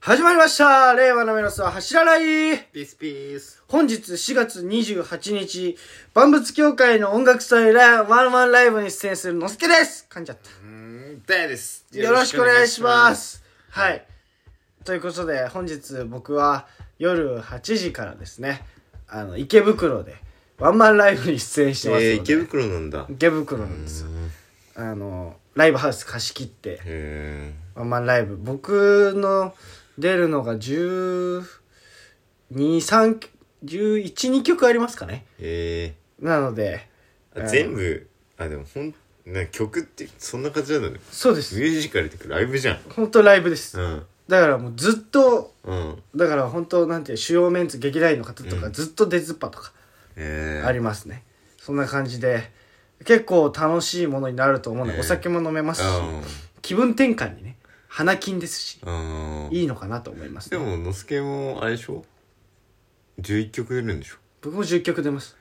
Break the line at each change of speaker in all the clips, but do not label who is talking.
始まりました令和のメロスは走らない
ピースピース。
本日4月28日、万物協会の音楽祭ライブワンワンライブに出演するのすけです噛んじゃっ
うーん、ベーです。
た。よろしくお願いします。はい。ということで、本日僕は夜8時からですね、あの、池袋でワンマンライブに出演して
よ
ま
ろ
すの
しくお
で、
願いします。えー、池袋なんだ。
池袋なんですよ。あの、ライブハウス貸し切って、
へ
ワンマンライブ僕の出るのが121112曲ありますかね
え。え
なので
ー、あ全部、あ、でもほん、な曲ってそんな感じなんだね。
そうで
ミ
す
ュージカルってかライブじゃん。
本当ライブです
うん。
だからもうずっと
うん。
だから本当なんていう主要メンツ劇団員の方とか、ずっと出ずっぱとか
えー、
ありますねそんな感じで結構楽しいものになると思うので、
えー
お酒も飲めますし、
う
気分転換にね花金ですし
ん。うん。
いいのかなと思います、
で
ね、
も、のすけも、あれでしょ ?11 曲出るんでしょ
僕も10曲出ます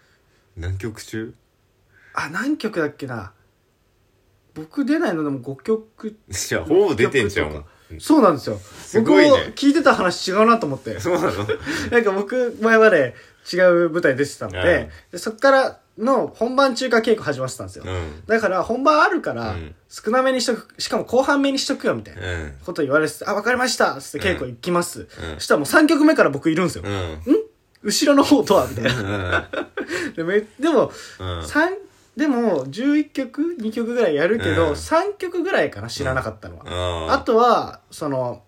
何曲中
あ何曲だっけな僕出ないのでも5曲
いや、ほぼ出てんじゃん。
6
も
曲
う
とかそうなんですよ
すごいね
僕も聞いてた話違うなと思って
そうなの
なんか僕前まで違う舞台出てたので,、でそっからの本番中華稽古始まってたんですよ、
うん。
だから本番あるから
うん
少なめにしとくしかも後半目にしとくよみたいな
うん。
こと言われてて「あ分かりました」っつって稽古行きます、
うん
そしたらもう3曲目から僕いるんですよ、
うん。
後ろの方とはみたいな
う
でめでも
ん。うん。
三でも11曲2曲ぐらいやるけど、
うん
3曲ぐらいかな知らなかったのは、あ
あ
とはその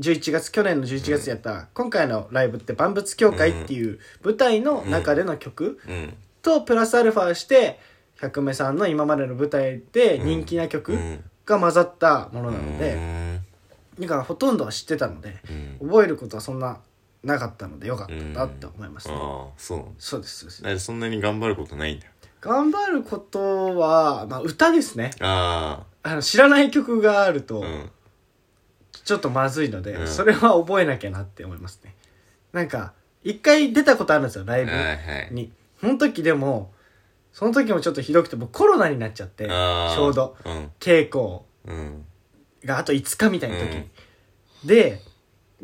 11月去年の11月やった、今回のライブって万物協会っていう舞台の中での曲
うん。
とプラスアルファして百目さんの今までの舞台で人気な曲
うん
が混ざったものなの
う
で、
ん
だからほとんどは知ってたので
うん
覚えることはそんななかったのでよかったなって思いますね、
ああそうなんだ
そうですそうです
だからそんなに頑張ることないんだ
頑張ることは、まあ、歌ですね
あ
あの知らない曲があると、
あうん
ちょっとまずいので、
うん
それは覚えなきゃなって思いますねなんか一回出たことあるんですよライ
はいは
ブ
い
にその時でもその時もちょっとひどくて僕コロナになっちゃってち
ああ
ょうど
うん
稽古
うん
があと5日みたいな時、
うん
で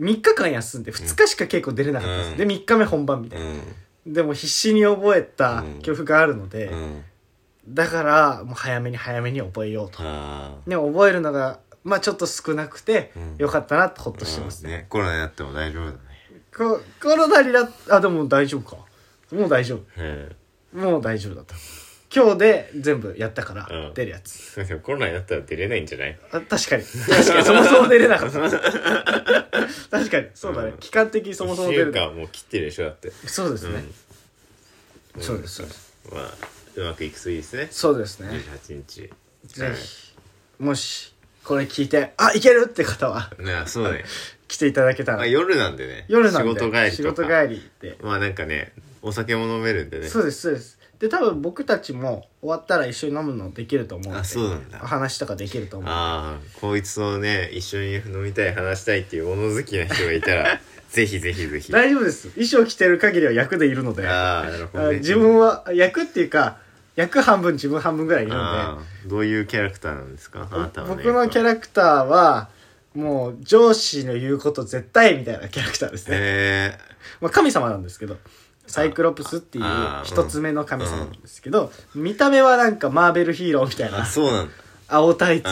3日間休んで2日しか稽古出れなかったんです、
うん
で3日目本番みたいうな、
ん
でも必死に覚えた
うん
曲があるので、
うん
だからもう早めに早めに覚えようと
あ
でも覚えるのがまあちょっと少なくて、
うん
よかったなってほっ
あ
としてますね、
ねコロナになっても大丈夫だね
こコロナになっあでも大丈夫かもう大丈
え
夫もう大丈夫だと今日で全部やったから、
うん
出るやつ
えコロナになったら出れないんじゃない
あ確かに確かにそもそも出れなか った確かにそうだね、
うん
期間的にそもそも
一
出
週
る
間もう切ってるでしょだって
そうですね、
うん
そうですそうです
まあうまくいくといいですね
そうですね、
28日
ぜひもしこれ聞いてあいけるって方は
ねあそうね
来ていただけたら
あ夜なんでね
夜なんで
仕事帰り
仕
と
事
か
帰りって
まあなんかねお酒も飲めるんでね
そうですそうですで多分僕たちも終わったら一緒に飲むのできると思うんで
あそうなんだ
お話とかできると思う
ああこいつをね一緒に飲みたい話したいっていう物好きな人がいた らぜひぜひぜひあ
大丈夫です衣装着てる限りは役でいるので
あなるほど、
あ
ね、
自分は役っていうか役半分自分半分ぐらいいる
あ
ん
あどういうキャラクターなんですかあな
で
たは、ね、
僕のキャ
ラ
ラクターはもう上司の言うこと絶対みたいなキャラクターですね、
え
まあ、神様なんですけどサイクロプスっていう
ああ
一つ目の神様なんですけど、見た目はなんかマーベルヒーローみたい
ー、あ
な
そうなんだ
青タイツ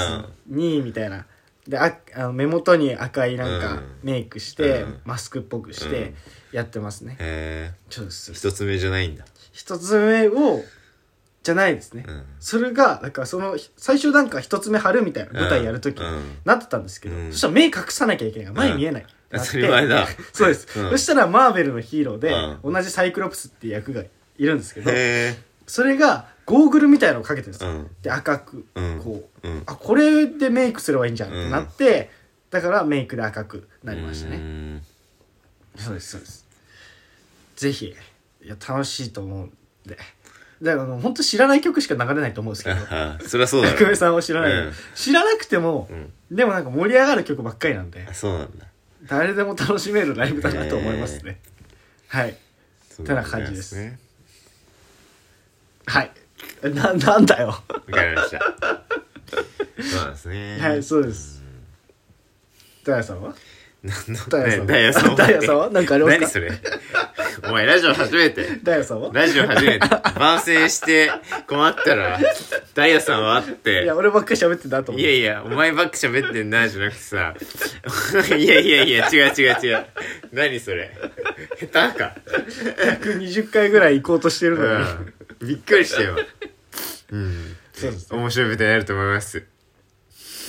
にみたいなでああの目元に赤いなん
う
か
ん
メイクして、
うん
マスクっぽくし
う
て
ん
やってますね、
え
そうです
え一つ目じゃないんだ
一つ目をじゃないですね、
うん
それがだからその最初なんか一つ目貼るみたいな舞台やるとき
うん
なってたんですけど、
うん
そしたら目隠さなきゃいけないから前見えない、
うん
なって
当たり前だ
そうです、
うん
そしたらマーベルのヒーローで、
う
同じサイクロプスっていう役がいるんですけど
へ
それがゴーグルみたいのをかけてるんですよ、
うん
で赤く
うん
こう、
うん
あこれでメイクすればいいんじゃんってなって、だからメイクで赤く
え
なりましたね、
ね
そうですそうですぜひいや楽しいと思うんでだからあの本当知らない曲しか流れないと思うんですけど
ああそりゃそうだろう
久米さんを知らない、
うん
知らなくても、
うん
でもなんか盛り上がる曲ばっかりなんで
あそうなんだ
誰でも楽しめるライブだなと思いますね、はい
そう
てな感じです
ね
はいななんだよ
わかりましたそうなんですね
はいそうです田中さんは
何
ダイヤさ
の
ん
ねダイヤさん
ダイヤさんはなんかありますか
何それお前ラジオ初 めて
ダイヤさんは
ラジオ初 めて番宣して困ったらダイヤさんはあっ
い
て
や俺ばっかり喋ってたと思
いうやいやお前ばっか喋ってんなじゃなくてさ いやいやいや違う違う違う何それ下手か
120回ぐらい行こうとしてるのに、
うんびっくりしたようん
そうです
面白い舞台になると思います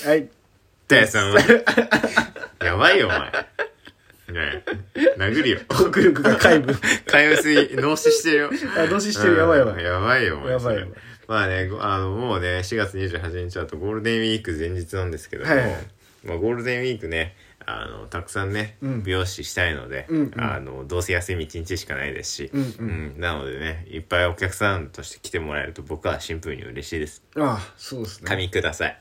はい
ダイヤさんはやばいよお前ねえ 殴るよ
国力が皆無
会話水脳死してるよ
あ脳死してるやばいやばい
うんやばいよお前
やばいやばい
それまあねごあのもうね4月28日だとゴールデンウィーク前日なんですけども、
はいはい
まあ、ゴールデンウィークねあのたくさんね、
うん
美容師したいので、
うんうん
あのどうせ休み1日しかないですし、
うんうん
うんなのでねいっぱいお客さんとして来てもらえると僕はシンプルに嬉しいです
ああそうですね
紙ください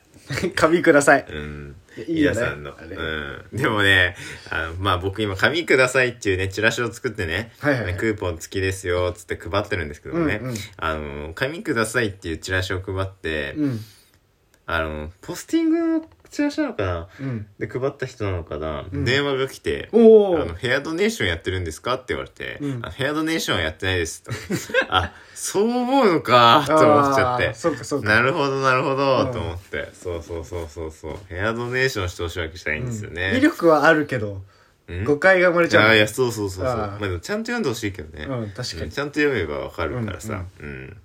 紙ください
うん。
いいよ
皆
ね
さんの。
あれ
うん。でもね、あの、まあ、僕今、紙くださいっていうね、チラシを作ってね、
はいはいはい
クーポン付きですよ、つって配ってるんですけどもね、
うんうん
あの、紙くださいっていうチラシを配って、
うん
あの、ポスティングのチラシなのかな
うん
で、配った人なのかな、
うん
電話が来て、
おお
あの、ヘアドネーションやってるんですかって言われて、
うん
あヘアドネーションはやってないですと。あ、そう思うのか、と思っちゃって。
そうか そうか
なるほどなるほど、
うん
と思ってそうそうそうそうそうヘアドネーションしてほしいわけじゃないんですよ
うん威
ね、
力はあるけど
うん、
誤解が生まれち
あ
ゃ
あいうやそうそうそうそう
あー
まあでもちゃんと読んでほしいけどね、
うん確か
うん
に
ちゃんと読めばわかるからさうん、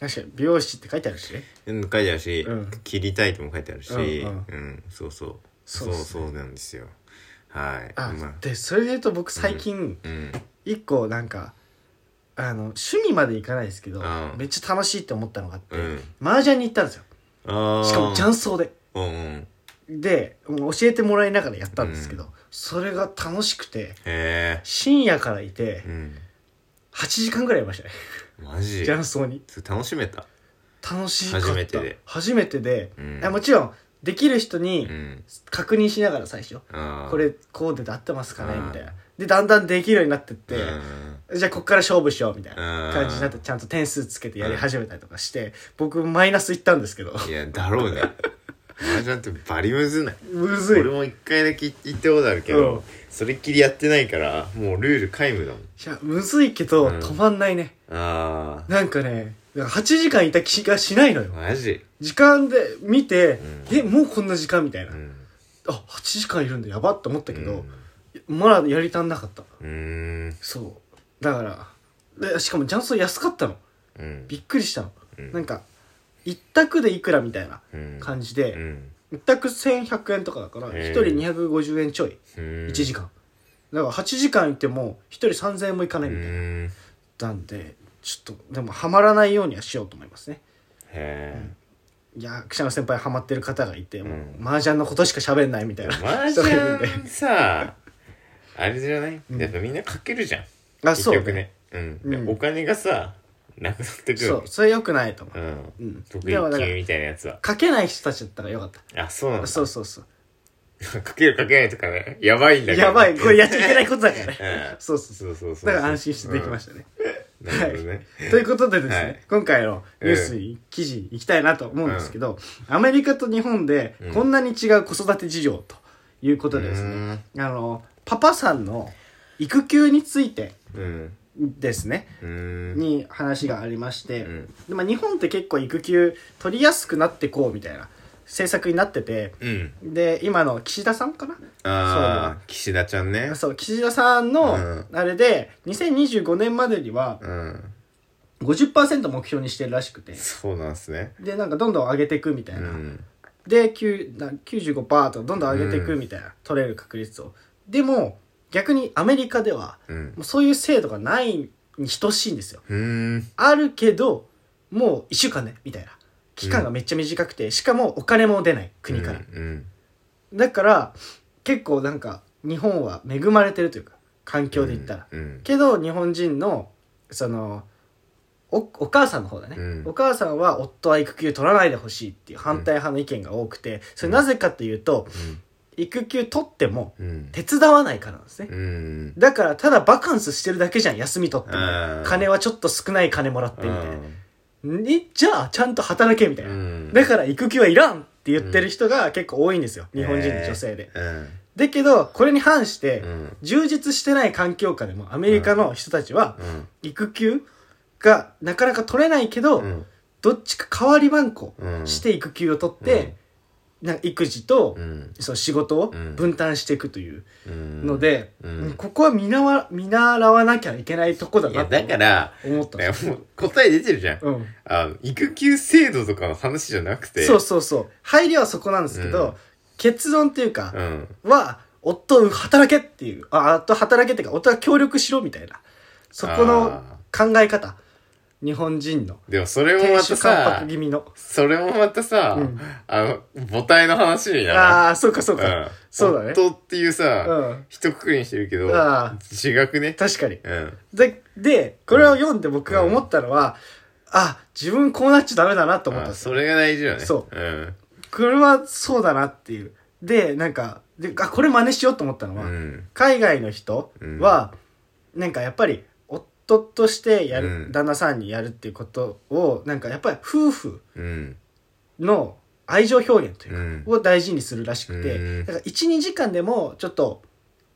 確かに美容師って書いてあるしね
うん書いてあるし、
うん
切りたいとも書いてあるし、
う
うんん
うん
そうそう
そ
そうう
っ
そう
すね
なんですよはい
あ
まあ
でそれで言うと僕最近
うん
一個なんかあの趣味までいかないですけど
うん
めっちゃ楽しいって思ったのがあって
うん
麻雀に行ったんですよ
ああ
しかも
ン
雀荘で
うんうん
でもう教えてもらいながらやったんですけどそれが楽しくて
へえ
深夜からいて
うん
8時間ぐらいいましたね
マジ
雀荘に
それ楽しめた
楽しかった
初めてで
初めてで
うん
あもちろんできる人に
うん
確認しながら最初
あー
これこうで合ってますかね
うん
みたいなでだんだんできるようになってって
うん
じゃあこっから勝負しようみたいな
うん
感じになってちゃんと点数つけてやり始めたりとかして僕マイナスいったんですけど
いや、だろうね。麻雀ってバリムズない。
むずい
俺も一回だけ行ったことあるけど、
うん
それっきりやってないから、もうルール皆無だもん。
いやむずいけど
うん
止まんないね
あ
なんかねなんか8時間いた気がしないのよ
ー、マジ。
時間で見て
うん
えもうこんな時間みたいな
うん。
あ8時間いるんだやばって思ったけ
う
ど
ん
まだやり足んなかった
うーん。
そうだからでしかも雀荘安かったの
うん。
びっくりしたの、
うん
なんか一択でいくらみたいな
うん。
感じで、
うん。
一択1100円とかだから
へ
一
え
人250円ちょい、
1
1時間だから8時間いても一人3000円もいかな
う
いみたいな、
ーん。
なんでちょっとでもハマらないようにはしようと思いますね
へ
いやー記者の先輩ハマってる方がいて、も
う
う麻雀のことしか喋んないみたい
え。
な
麻
人がいるんで
雀さ、あれじゃない
うん
やっぱみんなかけるじゃん。
あ
結
そう
局ね。うんで
うん。
お金がさ、なくなってくる
そ
わ
う
け。
それよくないと思う、
うん
うん。
特
でもだ
一
から
級みたいなやつは。
書けない人たちだったからよかった
あ、そうなんだ。
そうそうそう
かけるかけないとかね、やばいんだけど。
やばい、これやっちゃいけないことだからね
うん。
そうそうそう。
そうそうそう。
だから安心してできましたね。
た。なるほどね。
ということでですね、
はい
今回のニュース、記事いきたいなと思うんですけど、アメリカと日本で
うん
こんなに違う子育て事情ということでですね、あの、パパさんの育休について
うん。
ですね、
うん。
に話がありまして、
うん
でまあ、日本って結構育休取りやすくなってこうみたいな政策になってて、
うん。
で、今の岸田さんかな
ああ、岸田ちゃんね。
そう、岸田さんの
うん、
あれで、2025年までには
うん。
50%目標にしてるらしくて、
そうなんすね。
で、なんかどんどん上げていくみたいうな。
ん。
で、9な95%とかどんどん上げていくみたいな、取れる確率を。でも、逆にアメリカでは、
うん。
もうそういう制度がないに等しいんですよ。
うん。
あるけど、もう1週間ね、みたいな。期間がめっちゃ短くて、しかもお金も出ない、国から。
うん。
だから、結構なんか、日本は恵まれてるというか、環境で言ったら。
うん。
けど日本人のそのおお母さんの方だね、
うん
お母さんは夫は育休取らないでほしいっていう反対派の意見が多くてそれなぜかというと育休取っても
うん。
手伝わないからなんですね
うん。
だからただバカンスしてるだけじゃん休み取っても
あー
金はちょっと少ない金もらってみたいなにじゃあちゃんと働けみたいな、
うん
だから育休はいらんって言ってる人が結構多いんですよ、日本人の女性で、
うん。
だけど、これに反して、
うん
充実してない環境下でもアメリカの人たちは、
うん
育休がなかなか取れないけど、
うん
どっちか代わり番こ
うん
して育休を取って、なんか育児と、
うん
その仕事を
うん
分担していくという
うん
ので、
うん
ここは見習見習わなきゃいけないとこだ
い
な
や
と
だから
思ったんですよ。
もう答え出てるじゃん
うん、
あの育休制度とかの話じゃなくて
そうそうそう配慮はそこなんですけど、
うん
結論っていうか、
ん
は夫を働けっていうあ夫働けっていうか夫は協力しろみたいなそこの
あ
考え方日本人の
ーでもそれも
亭
ま
主
た
関
さ
白気味の
それもまたさ、
うん
あの母体の話にな
ああーそうかそう
る
か、そうだね
夫っていうさ、
うん
一括りにしてるけど
あ
違くね
確かに
うん
ででこれを読んで僕が思ったのは、あ自分こうなっちゃダメだなと思ったん
あ
ですよ
それが大事よね、
そう
ん
これはそうだなっていうでなんかであこれ真似しようと思ったの
う
は、
ん、
海外の人は、なんかやっぱり夫としてやる、
うん
旦那さんにやるっていうことをなんかやっぱり夫婦
うん
の愛情表現というか、
うん
を大事にするらしくて、
うん
だから12時間でもちょっと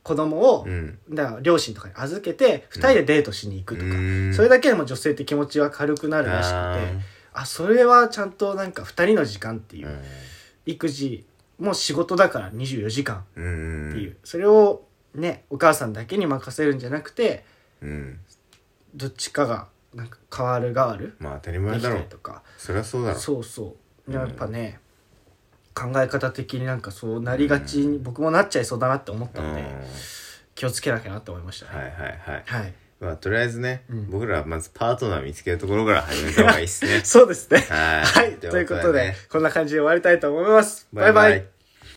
子供を、
うん
だから両親とかに預けて2人でデートしに行くとか、
うん
それだけでも女性って気持ちは軽くなるらしくてあそれはちゃんとなんか2人の時間っていう、
あ
育児も仕事だから24時間
ーうん
っていう、それをねお母さんだけに任せるんじゃなくて
うん
どっちかがなんか変わる変わる
まあ当たり
で
前
き
だ
た
ろ
り
う
とか
そりゃそうだろう
そうそうやっぱね、考え方的になんかそうなりがちに僕もなっちゃいそうだなって思った
うん
ので、気をつけなきゃなって思いましたね
はいはいはい
はい、
まあとりあえずね、
うん
僕らはまずパートナー見つけるところから始め た方がいいっすね
そうですね
はい
はいということで
ね
こんな感じで終わりたいと思いますバイバイ
バイバイ